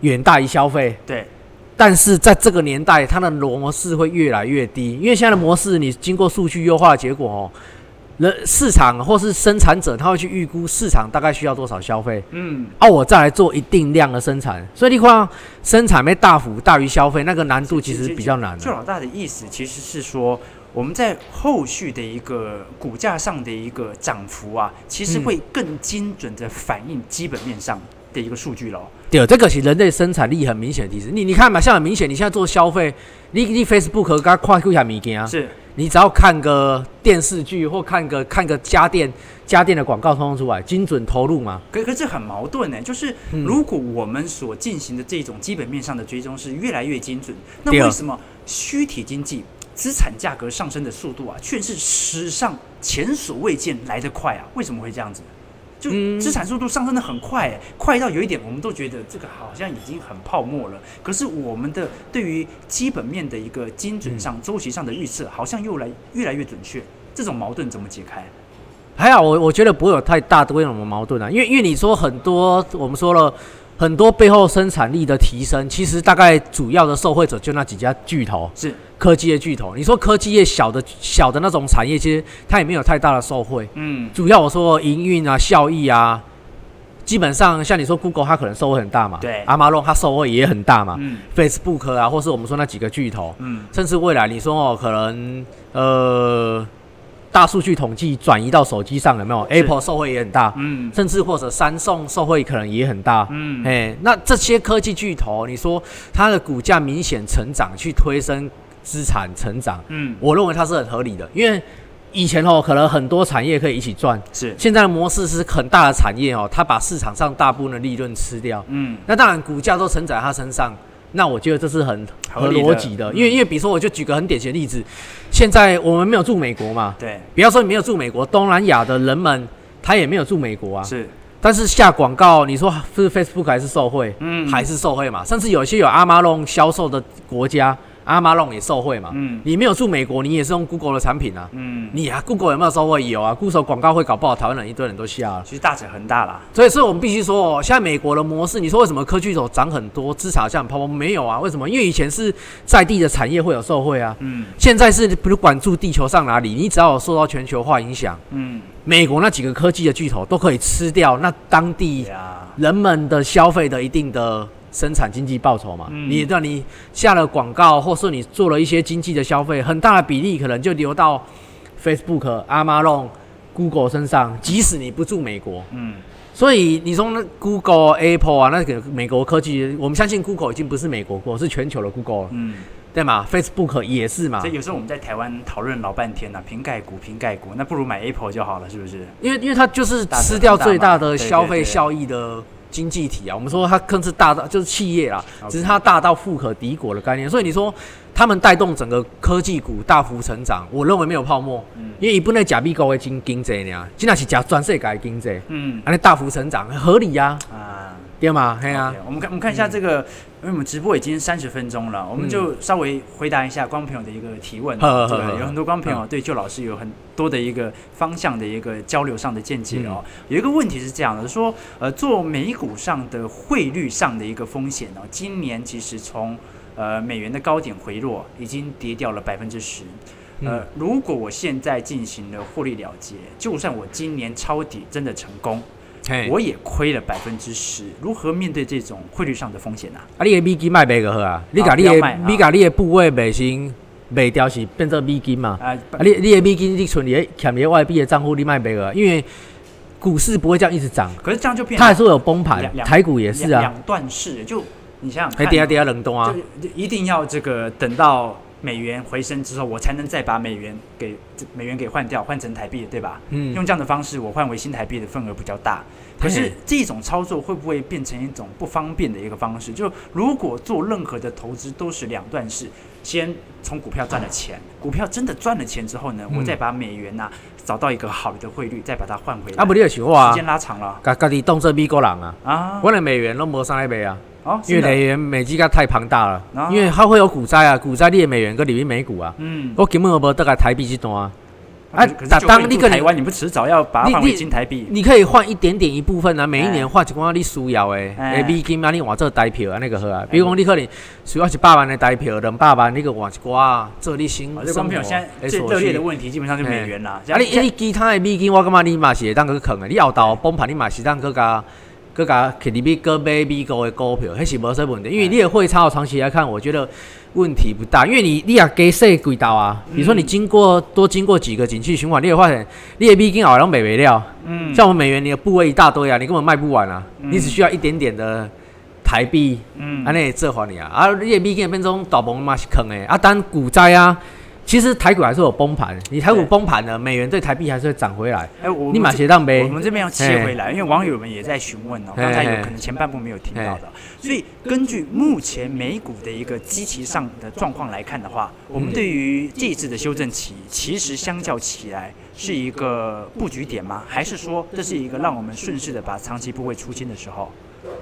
B: 远大于消费，
A: 对，
B: 但是在这个年代，它的模式会越来越低，因为现在的模式你经过数据优化的结果哦。人市场或是生产者，他会去预估市场大概需要多少消费，
A: 嗯
B: 啊，我再来做一定量的生产，所以你看生产被大幅大于消费，那个难度其实比较难啊
A: 就
B: 的。
A: 老大的意思其实是说，我们在后续的一个股价上的一个涨幅啊，其实
B: 嗯
A: 会更精准的反映基本面上的一个数据喽。
B: 对，这个是人类生产力很明显的提升。你你看嘛，像很明显，你现在做消费，你你 Facebook 刚跨几下物件，
A: 是，
B: 你只要看个电视剧或看个看个家电家电的广告，通通出来，精准投入嘛。
A: 可可这很矛盾呢、就是
B: 嗯
A: 如果我们所进行的这种基本面上的追踪是越来越精准，那
B: 对啊
A: 为什么虚体经济资产价格上升的速度啊，却是史上前所未见来得快啊？为什么会这样子？就
B: 嗯
A: 资产速度上升的很快、欸，快到有一点我们都觉得这个好像已经很泡沫了。可是我们的对于基本面的一个精准上、周期上的预测，好像又来越来越准确。这种矛盾怎么解开？
B: 还好我我觉得不会有太大的那种矛盾啊，因为因为你说很多我们说了很多背后生产力的提升，其实大概主要的受惠者就那几家巨头。
A: 是，
B: 科技业巨头。你说科技业小的小的那种产业，其实它也没有太大的受惠。
A: 嗯，
B: 主要我说营运啊、效益啊，基本上像你说 Google 它可能受惠很大嘛，
A: 对
B: 阿玛龙它受惠也很大嘛、
A: 嗯
B: f a c e b o o k 啊，或是我们说那几个巨头，
A: 嗯，
B: 甚至未来你说哦，可能呃大数据统计转移到手机上有没有？Apple 受惠也很大，
A: 嗯
B: 甚至或者三送受惠可能也很大。
A: 嗯，
B: 哎，那这些科技巨头，你说它的股价明显成长，去推升资产成长，
A: 嗯，
B: 我认为它是很合理的，因为以前哦，可能很多产业可以一起赚，
A: 是，
B: 现在的模式是很大的产业哦，它把市场上大部分的利润吃掉，
A: 嗯
B: 那当然股价都承载它身上。那我觉得这是很
A: 合
B: 合
A: 理的
B: 逻辑的，
A: 嗯
B: 因为因为比如说，我就举个很典型的例子，现在我们没有住美国嘛，，
A: 对，
B: 不要说你没有住美国，东南亚的人们他也没有住美国啊，
A: 是，
B: 但是下广告，你说是 Facebook 还是受贿？
A: 嗯
B: 还是受贿嘛？甚至有些有阿玛龙销售的国家，阿玛龙也受贿嘛。
A: 嗯
B: 你没有住美国，你也是用 Google 的产品啊。
A: 嗯，
B: 你啊，Google 有没有受贿？有啊，Google 广告会搞不好，台湾人一堆人都下了。
A: 其实大者恒大啦，
B: 所以，所以我们必须说，哦，现在美国的模式，你说为什么科技手涨很多，资产好像很泡沫？没有啊，为什么？因为以前是在地的产业会有受贿啊，
A: 嗯
B: 现在是不管住地球上哪里，你只要有受到全球化影响，
A: 嗯，
B: 美国那几个科技的巨头都可以吃掉那当地
A: 对啊，
B: 人们的消费的一定的生产经济报酬嘛，
A: 嗯
B: 你让你下了广告，或是你做了一些经济的消费，很大的比例可能就流到 Facebook、Amazon、Google 身上，即使你不住美国，
A: 嗯
B: 所以你从那 Google、Apple 啊，那个美国科技，我们相信 Google 已经不是美国国，是全球的 Google 了，
A: 嗯，
B: 对吗？Facebook 也是嘛
A: 所，以有时候我们在台湾讨论老半天呐、瓶盖股、瓶盖股，那不如买 Apple 就好了，是不是？
B: 因为因为它就是
A: 大的
B: 吃掉最大
A: 大嘛
B: 的
A: 对对
B: 消
A: 对
B: 费效益的经济体啊。我们说它更是大到就是企业啦，只是它大到富可敌国的概念。所以你说他们带动整个科技股大幅成长，我认为没有泡沫，
A: 嗯
B: 因为一部分假币高的经经济呢，真的是假全世界的经济，
A: 嗯
B: 安尼大幅成长很合理呀、啊，
A: 啊，
B: 对吗？嘿啊
A: OK，，我们看我们看一下这个，因为我们直播已经三十分钟了，我们就稍微回答一下观众朋友的一个提问。
B: 嗯呵呵呵
A: 对
B: 呵嗯
A: 有很多观众朋友对旧老师有很多的一个方向的一个交流上的见解哦。
B: 嗯
A: 有一个问题是这样的，说呃，做美股上的汇率上的一个风险哦，今年其实从呃美元的高点回落，已经跌掉了百分之十。
B: 嗯
A: 呃，如果我现在进行了获利了结，就算我今年抄底真的成功，
B: 嘿，
A: 哦我也亏了百分之十，如何面对这种汇率上的风险呢、
B: 啊，你的美金卖卖个好啊，你
A: 啊
B: 把你
A: 不要
B: 的、
A: 卖啊
B: 你把你的部位卖成卖掉是变成美金嘛？
A: 啊？
B: 啊，你你的美金你存你的欠你的外币的账户，你卖卖个，因为股市不会这样一直涨，
A: 可是这样就变
B: 它还是会有崩盘
A: 两，两
B: 台股也是啊，
A: 两段式，就你想想
B: 还
A: 看、
B: 跌啊跌啊冷冻啊，
A: 就一定要这个等到美元回升之后，我才能再把美元给这美元给换掉，换成台币，对吧？
B: 嗯，
A: 用这样的方式，我换回新台币的份额比较大。可是
B: 嘿
A: 这种操作会不会变成一种不方便的一个方式？就如果做任何的投资都是两段式，先从股票赚了钱，股票真的赚了钱之后呢，
B: 啊嗯
A: 我再把美元呐、啊找到一个好的汇率，再把它换回来。
B: 啊不你就想话
A: 时
B: 啊，
A: 间拉长了
B: 家家己当做美国人啊，
A: 啊！
B: 我的美元都无啥来卖啊，
A: 哦，
B: 因为
A: 真的
B: 美元美金价太庞大了
A: 啊，
B: 因为它会有股灾啊，股灾你的美元搁里面美股啊，
A: 嗯，
B: 我根本无得个台币这段啊，
A: 啊，
B: 啊
A: 可是
B: 打
A: 就
B: 当
A: 回
B: 你
A: 顾
B: 个
A: 台
B: 人
A: 湾，你不迟早要把它
B: 你
A: 换回
B: 你
A: 新台币？
B: 你可以换一点点一部分啊，每一
A: 哎
B: 年换一寡你需要的，诶，美金啊，你换做台票啊，那个好
A: 哎
B: 啊。比如讲，你可能需要一百万的台票，两百万你个换一寡啊，做你生
A: 好，这光
B: 生活
A: 朋友
B: 的
A: 现在
B: 所
A: 最热烈的
B: 需。
A: 问题基本上就美元啦。
B: 啊，你
A: 现在
B: 你其他的美金，我感觉你嘛是会当去坑的，你后头崩盘你嘛是当去加。搁加去里边搁买美国的股票，迄是无啥问题，
A: 哎
B: 因为你的汇差长期来看，我觉得问题不大，因为你你也加细几道啊，
A: 嗯
B: 比如说你经过多经过几个景气循环，你会发现你的美金好像卖袂了，
A: 嗯，
B: 像我们美元，你的部位一大堆啊，你根本卖不完啊，
A: 嗯
B: 你只需要一点点的台币，
A: 嗯
B: 安尼折还你啊。啊，你的美金变成大崩嘛是坑诶，啊，当然股灾啊，其实台股还是有崩盘，你台股
A: 对
B: 崩盘了，美元对台币还是会涨回来，
A: 哎，我
B: 你
A: 们
B: 哎买
A: 这
B: 鞋当
A: 我
B: 呗。
A: 们这边要切回来，因为网友们也在询问哦，
B: 嘿
A: 刚才有可能前半部没有听到
B: 哎
A: 的，所以根据目前美股的一个基期上的状况来看的话，我们对于这一次的修正期，其实相较起来是一个布局点吗？还是说这是一个让我们顺势的把长期部位出清的时候？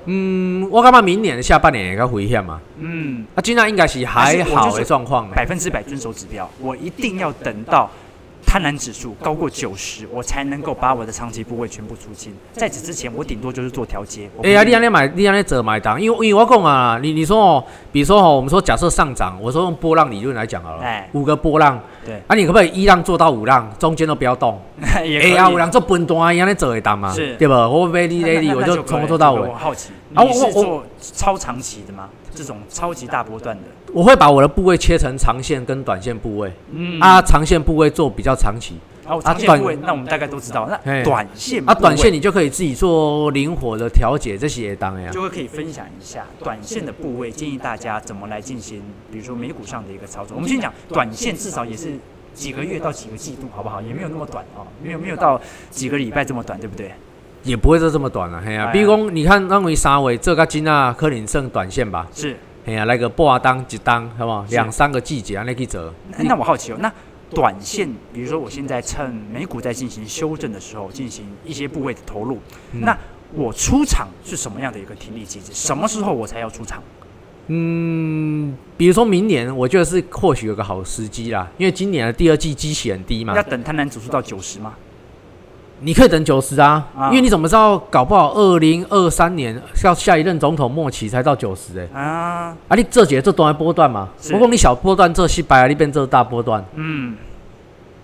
B: 嗯，我感觉明年的下半年也该回险嘛，
A: 嗯，
B: 啊，今年应该是
A: 还是
B: 还
A: 我就
B: 好
A: 是
B: 的状况呢。
A: 百分之百遵守指标，我一定要等到贪婪指数高过九十，我才能够把我的长期部位全部出清。在此之前，我顶多就是做调节。我不
B: 哎呀，
A: 一定
B: 你安尼买，你安尼折买单，因为因为我讲啊，你你说哦，比如说哦，我们说假设上涨，我说用波浪理论来讲好了
A: 哎，
B: 五个波浪，
A: 对，
B: 啊，你可不可以一浪做到五浪，中间都不要动？
A: 也可
B: 哎
A: 以
B: 啊，有人做分段，伊安尼做会当嘛
A: 是，
B: 对无？我买 你
A: 那那
B: lady，
A: 那
B: 我
A: 那
B: 就从
A: 可
B: 头
A: 以
B: 做到
A: 这个
B: 尾。
A: 我好奇，
B: 啊
A: 你
B: 我
A: 是
B: 我
A: 做超长期的吗？这种超级大波段的，
B: 我会把我的部位切成长线跟短线部位，
A: 嗯
B: 啊，长线部位做比较长期，
A: 啊，我长线
B: 短
A: 部位，那我们大概都知道。那
B: 嘿
A: 短线
B: 啊，
A: 部
B: 短线
A: 位
B: 你就可以自己做灵活的调节，这些也当然呀。
A: 就会可以分享一下短线的部位，建议大家怎么来进行，比如说美股上的一个操作。我们先讲短线，至少也是几个月到几个季度，好不好？也没有那么短哦，没有没有到几个礼拜这么短，对不对？
B: 也不会做这么短啊，嘿
A: 哎
B: 啊
A: 呀，
B: 比如讲，你看让为三位这个金啊，柯林胜短线吧，
A: 是。
B: 嘿啊，来个半当一当，好不好？
A: 是
B: 两三个季节安尼去折，
A: 那那我好奇哦，那短线，比如说我现在趁美股在进行修正的时候，进行一些部位的投入，
B: 嗯
A: 那我出场是什么样的一个停利机制？什么时候我才要出场？
B: 嗯，比如说明年，我觉得是或许有个好时机啦，因为今年的第二季基期很低嘛
A: 要，等贪婪指数到九十吗？
B: 你可以等九十啊，
A: 啊
B: 因为你怎么知道，搞不好二零二三年要下一任总统末期才到九十哎，
A: 啊，
B: 啊，你这节这段波段嘛，
A: 是
B: 我讲你小波段这失败啊，你变这大波段，
A: 嗯，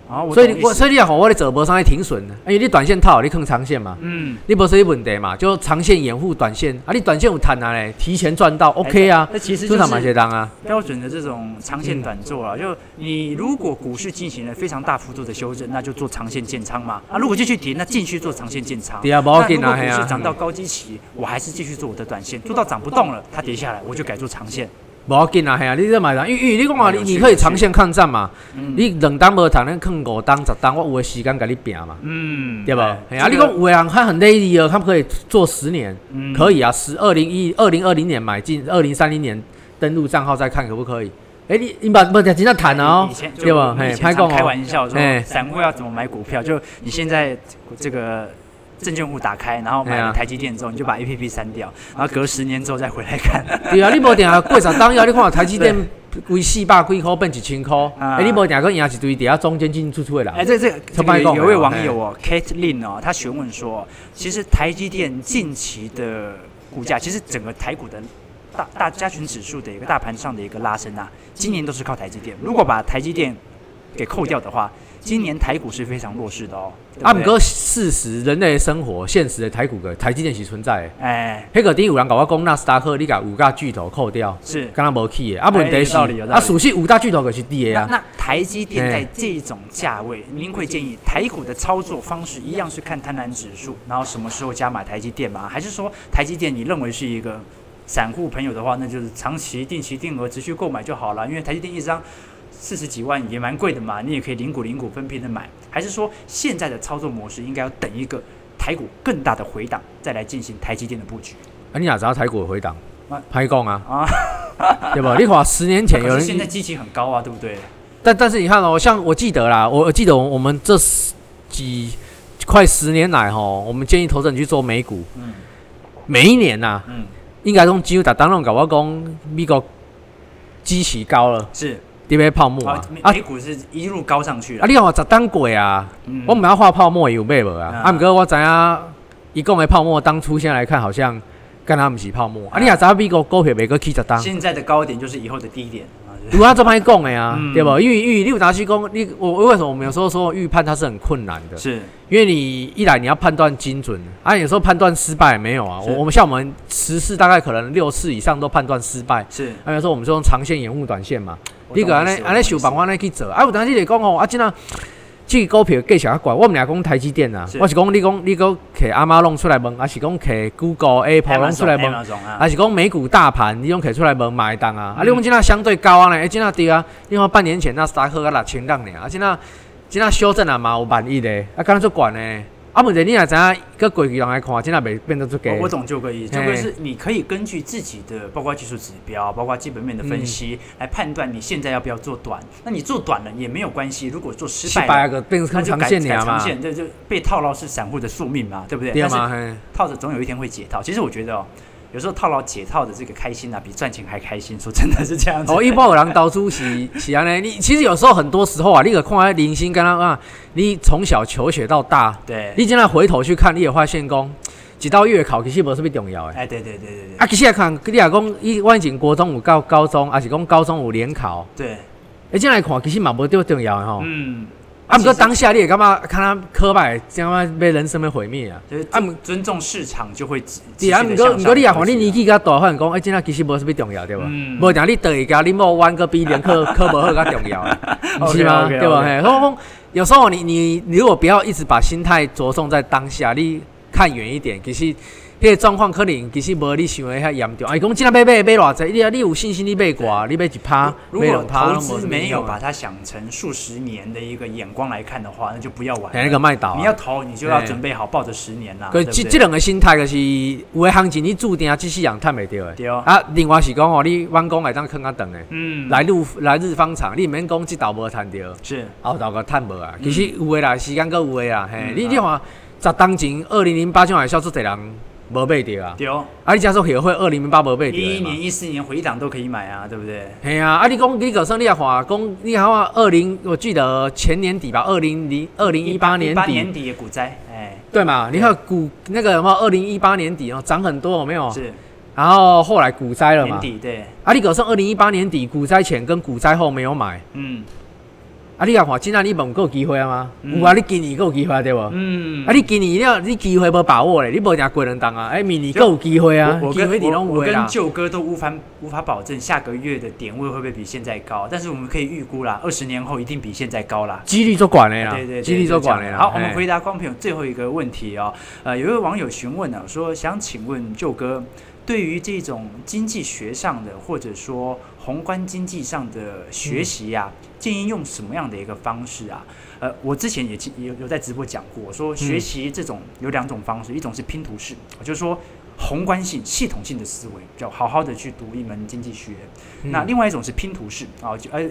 A: 啊，我
B: 所以
A: 懂意
B: 你我
A: 思
B: 所以你讲我咧做无啥咧停损的，因为你短线套，你坑长线嘛，
A: 嗯
B: 你无啥问题嘛，就长线掩护短线啊，你短线有赚啊嘞，提前赚到 OK 啊，
A: 哎那其实
B: 出
A: 就
B: 场买些
A: 是
B: 单啊，
A: 标准的这种长线短做
B: 嗯
A: 啊，就你如果股市进行了非常大幅度的修正，那就做长线建仓嘛。啊，如果继续跌，那继续做长线建仓。
B: 对啊，无要
A: 那如
B: 紧
A: 果
B: 啊，
A: 股
B: 嘿
A: 市涨
B: 啊，
A: 到高基期，我还是继续做我的短线，做到涨不动了，它跌下来，我就改做长线。
B: 无要紧啊，嘿啊，你这买单，因为因为你讲啊，你
A: 有趣
B: 你可以
A: 有趣
B: 长线抗战嘛，
A: 嗯
B: 你两单无谈，咱坑五单十单，我有的时间甲你拼嘛，
A: 嗯，
B: 对不？嘿
A: 这
B: 啊，你
A: 个
B: 讲有的人他很 lazy 哦，他们可以做十年，
A: 嗯
B: 可以啊，十二零一二零二零年买进，二零三零年登录账号再看可不可以？哎，你你把不真正谈啊哦
A: 以，前就
B: 对吧？
A: 以
B: 嘿，
A: 前
B: 拍
A: 常
B: 讲
A: 开
B: 哦。
A: 玩笑说
B: 嘿，
A: 散户要怎么买股票？就你现在这个证券户打开，然后买
B: 嘿啊
A: 了台积电之后，你就把 A P P 删掉，然后隔十年之后再回来看。
B: 对啊，你无定啊，过十当以后你看台积电规四百几箍变一千箍，哎、
A: 啊
B: 你无定个赢一堆底下中间进进出出的人，
A: 哎，这这这
B: 陈白
A: 个
B: 共
A: 有位
B: 没有
A: 网友哦，Katelyn 哦，他询问说，其实台积电近期的股价，其实整个台股的。大大加权指数的一个大盘上的一个拉升啊，今年都是靠台积电。如果把台积电给扣掉的话，今年台股是非常弱势的哦。对
B: 啊，
A: 不
B: 毋
A: 对
B: 过事实人类的生活现实的台股个台积电是存在的。
A: 哎，
B: 迄个顶有人甲我讲纳斯达克，你甲五大巨头扣掉，
A: 是
B: 敢若无去的。啊，问题
A: 哎有
B: 是，
A: 道理有道理
B: 啊，属实五大巨头 就是低的
A: 那
B: 啊。哎
A: 那台积电在这种价位，您会建议台股的操作方式一样是看贪婪指数，然后什么时候加码台积电吗？还是说台积电你认为是一个散户朋友的话，那就是长期定期定额持续购买就好了？因为台积电一张四十几万也蛮贵的嘛，你也可以零股零股分批的买。还是说现在的操作模式应该要等一个台股更大的回档再来进行台积电的布局？
B: 啊，你哪知道台股的回档
A: 啊？
B: 歹讲啊，
A: 啊
B: 对无？你看十年前有
A: 可
B: 人
A: 是现在基期很高啊，对不对？
B: 但但是你看哦，像我记得啦，我我记得我我们这十几快十年来吼，我们建议投资人去做美股，
A: 嗯
B: 每一年呐、
A: 嗯，
B: 应该讲几乎达当拢甲我讲美国基期高了，
A: 是
B: 特别泡沫
A: 啊
B: 啊，
A: 美
B: 啊
A: 美股是一路高上去
B: 啊！
A: 了。
B: 你看我十当过啊，
A: 嗯
B: 我毋知影画泡沫伊有买无啊？
A: 啊
B: 啊，毋过我知影伊讲的泡沫当初现在来看好像干若毋是泡沫啊！
A: 啊
B: 你也知影美国股票袂过起十当。
A: 现在的高点就是以后的低点啊，
B: 如果他这么讲的啊，
A: 嗯
B: 对吧？因为因为你有拿去讲，你我我为什么我们有时候说预判它是很困难的？
A: 是
B: 因为你一来你要判断精准，啊，有时候判断失败也没有啊。
A: 是
B: 我我们像我们十次大概可能六次以上都判断失败，
A: 是。
B: 啊，有时候我们是用长线掩护短线嘛。你个安啊尼安尼想办
A: 法
B: 法安尼去做，啊，有当时你讲哦，啊，真啊，这个股票继续啊管，我们俩讲台积电啊
A: 是，
B: 我是讲你讲你讲摕阿妈弄出来问，还是讲摕 Google、Apple
A: 哎
B: 弄出来问，
A: 啊，
B: 还是讲美股大盘你用摕出来问买单
A: 嗯
B: 啊？啊，你讲今啊相对高啊呢，哎，今啊低啊，你看半年前那斯达克啊六千档呢，啊，今啊今啊修正啊嘛有万亿的，啊，敢若足悬呢？啊，问题你也知影，搁过去人来看，今啊袂变得足低
A: 我。我懂这个意思，这
B: 嘿
A: 个是你可以根据自己的包括技术指标、包括基本面的分析
B: 嗯
A: 来判断你现在要不要做短。那你做短了也没有关系，如果做失
B: 失
A: 败
B: 败啊
A: 了，
B: 个变
A: 那
B: 成
A: 就
B: 长
A: 改
B: 线
A: 改
B: 尔
A: 长
B: 嘛，
A: 线，这就被套牢是散户的宿命嘛，对不对？
B: 对啊
A: 但是
B: 嘛？嘿
A: 套着总有一天会解套。其实我觉得哦，有时候套牢解套的这个开心啊，比赚钱还开心。说真的是这样子。
B: 哦，一般有人投资是是安尼，你其实有时候很多时候啊，你可看林星跟他啊，你从小求学到大，
A: 对，
B: 你现在回头去看，你也发现讲，一到月考其实无什么重要诶。
A: 哎，对对对对对
B: 啊，其实也看，你也讲，伊我以前国中有到高中，还是讲高中有联考，
A: 对，
B: 诶，这样来看其实嘛无多重要诶吼。
A: 嗯，
B: 啊，毋过
A: 其实
B: 当下你会感觉看他科摆，这样被人生被毁灭啊。
A: 就是
B: 啊
A: 尊尊重市场就会持
B: 对啊，
A: 持续
B: 毋
A: 地向上
B: 过毋过你也看
A: 的
B: 你
A: 东西
B: 年纪较大，发现讲，哎诶，这样其实无什么重要对无？
A: 嗯
B: 无定你倒一家，你某弯个比联 考科无好较重要啊，不是吗？
A: OK，OK，OK
B: 对吧？嘿，所以我讲有时候你你你如果不要一直把心态着重在当下，你看远一点，其实。迄个状况可能其实无你想的遐严重，啊，伊讲今仔要买买偌济，你啊你有信心你买偌，你买一趴，
A: 如
B: 买
A: 果
B: 两趴，
A: 投
B: 拢无
A: 资
B: 什么
A: 没有
B: 用
A: 把
B: 啊。
A: 它想成数十年的一个眼光来看的话，那就不要玩
B: 嘿，那
A: 了。
B: 个卖倒啊
A: 你要投，你就要
B: 嘿
A: 准备好抱着十年啦。
B: 可
A: 对
B: 是
A: 不
B: 这
A: 对
B: 这两个心态就是有的行情你注定啊即世人趁袂着的，
A: 对哦
B: 啊，另外是讲吼，你弯工会当坑较长的。
A: 嗯，
B: 来日来日方长，你毋免讲即道无趁着，
A: 是
B: 后头个趁无啊。其实有诶啦，时间佫有诶啦，嘿、
A: 嗯
B: 你
A: 啊
B: 你看，十当前二零零八种海啸，足侪人无买着啊。
A: 丢
B: 啊，你假说协会二零零八无买
A: 嗯哦
B: 着
A: 一
B: 诶
A: 一
B: 嘛
A: 年、？一四年回档都可以买啊，对不对？
B: 嘿啊，啊你讲你就算你也看，讲你看二零，我记得前年底吧，二零零二零一八年
A: 八
B: 底，
A: 年底的股灾，哎，
B: 对嘛？你看股那个什么二零一八年底哦，涨很多有没有？
A: 是
B: 然后后来股灾了
A: 年
B: 嘛？
A: 底对，
B: 啊，你就算二零一八年底股灾前跟股灾后没有买。
A: 嗯，
B: 啊，你啊看，今仔你问有机会啊吗？有啊，你今年还有机会对无？
A: 嗯
B: 啊，，你今年了，你机会无把握咧，你无赢过两档啊，哎，明年还有机会啊
A: 我，我
B: 机
A: 跟
B: 会你
A: 我
B: 拢有
A: 我
B: 的
A: 跟
B: 啦。
A: 舅哥都无法无法保证下个月的点位会不会比现在高，但是我们可以预估啦，二十年后一定比现在高啦。
B: 几率做管的啦
A: 对对，对，
B: 几率啊做
A: 就这样
B: 管的啊哎啦。
A: 好，我们
B: 嘿
A: 回答观众朋友最后一个问题哦。呃，有一位网友询问呢、说想请问舅哥，对于这种经济学上的或者说宏观经济上的学习呀、
B: 嗯
A: 建议用什么样的一个方式啊？呃，我之前也其也有有在直播讲过，说学习这种有两种方式，一种是拼图式，就是说。宏观性、系统性的思维，就好好的去读一门经济学。
B: 嗯
A: 那另外一种是拼图式啊，就呃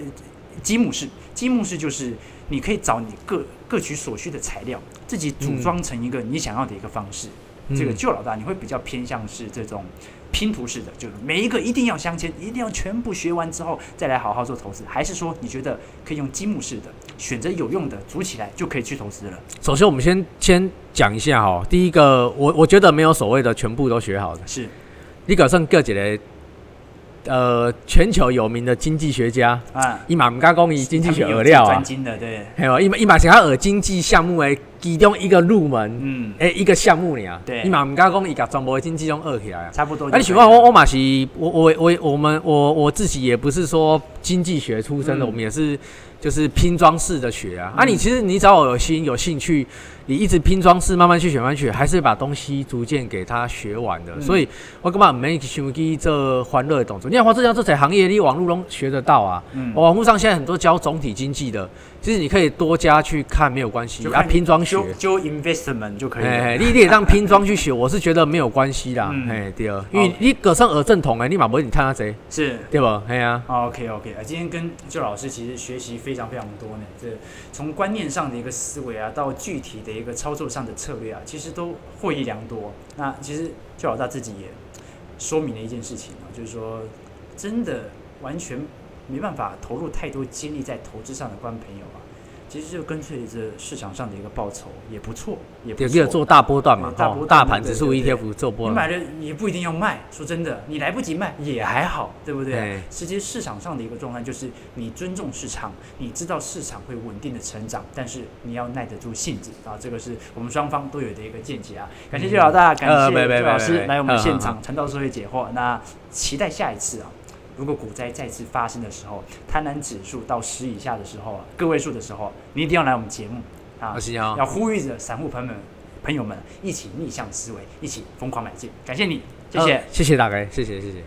A: 积木式，积木式就是你可以找你各各取所需的材料，自己组装成一个你想要的一个方式。这个
B: 嗯
A: 旧老大，你会比较偏向是这种拼图式的，就是每一个一定要镶嵌，一定要全部学完之后再来好好做投资，还是说你觉得可以用积木式的，选择有用的组起来就可以去投资了？
B: 首先我们先先讲一下哈，第一个我我觉得没有所谓的全部都学好的，
A: 是
B: 你可算各一个呃全球有名的经济学家，
A: 啊，
B: 伊嘛毋敢讲伊经济学
A: 他们有
B: 学了
A: 自己
B: 啊
A: 专，精的对，
B: 嘿哦无伊嘛伊嘛是他学经济项目的其中一个入门
A: 嗯，
B: 诶一个项目尔，
A: 对
B: 伊嘛毋敢讲伊甲全部的经济拢学起来啊。
A: 差不多就可
B: 啊，
A: 以了。
B: 你喜欢我我嘛是，我我我我们我我自己也不是说经济学出身的，
A: 嗯
B: 我们也是就是拼装式的学啊。啊，
A: 嗯
B: 你其实你只要有心有兴趣，你一直拼装式慢慢去学，慢慢去学，还是把东西逐渐给它学完的。
A: 嗯
B: 所以我根本没想去这欢乐的动作。你看，我这样这在行业你网络中学得到啊，
A: 嗯，
B: 网络上现在很多教总体经济的，其实你可以多加去看没有关系
A: 就
B: 啊，
A: 看你
B: 拼装学。
A: 就就 investment 就可以了。
B: 哎，你你也当拼装 去学，我是觉得没有关系啦
A: 嗯。
B: 哎，对，因为你隔上耳正统哎，你嘛不会你看他谁，
A: 是
B: 对不？哎呀，
A: OK OK 啊，今天跟周老师其实学习非常非常多呢。这从观念上的一个思维啊，到具体的一个操作上的策略啊，其实都获益良多。那其实周老大自己也说明了一件事情啊，就是说真的完全没办法投入太多精力在投资上的观众朋友啊，其实就跟随着市场上的一个报酬也不错，也不
B: 对，你有
A: 错。
B: 做啊大波段嘛
A: 对，大波
B: 哦，
A: 段
B: 大盘指数
A: 对对对
B: ETF 做波
A: 你买
B: 段，
A: 了也不一定要卖，说真的，你来不及卖也还好，对不对？
B: 哎，
A: 实际市场上的一个状态就是，你尊重市场，你知道市场会稳定的成长，但是你要耐得住性子啊，这个是我们双方都有的一个见解啊。感谢
B: 嗯
A: 谢老大，感
B: 呃
A: 谢
B: 没没
A: 谢老
B: 没没
A: 师
B: 没
A: 来我们
B: 嗯
A: 现
B: 嗯
A: 场传道授业解惑。那期待下一次啊，如果股灾再次发生的时候，贪婪指数到十以下的时候啊，个位数的时候，你一定要来我们节目啊
B: 二，十啊，
A: 要呼吁着散户朋友们朋友们一起逆向思维，一起疯狂买进。感谢你，谢谢。
B: 呃谢谢大概，谢谢谢谢。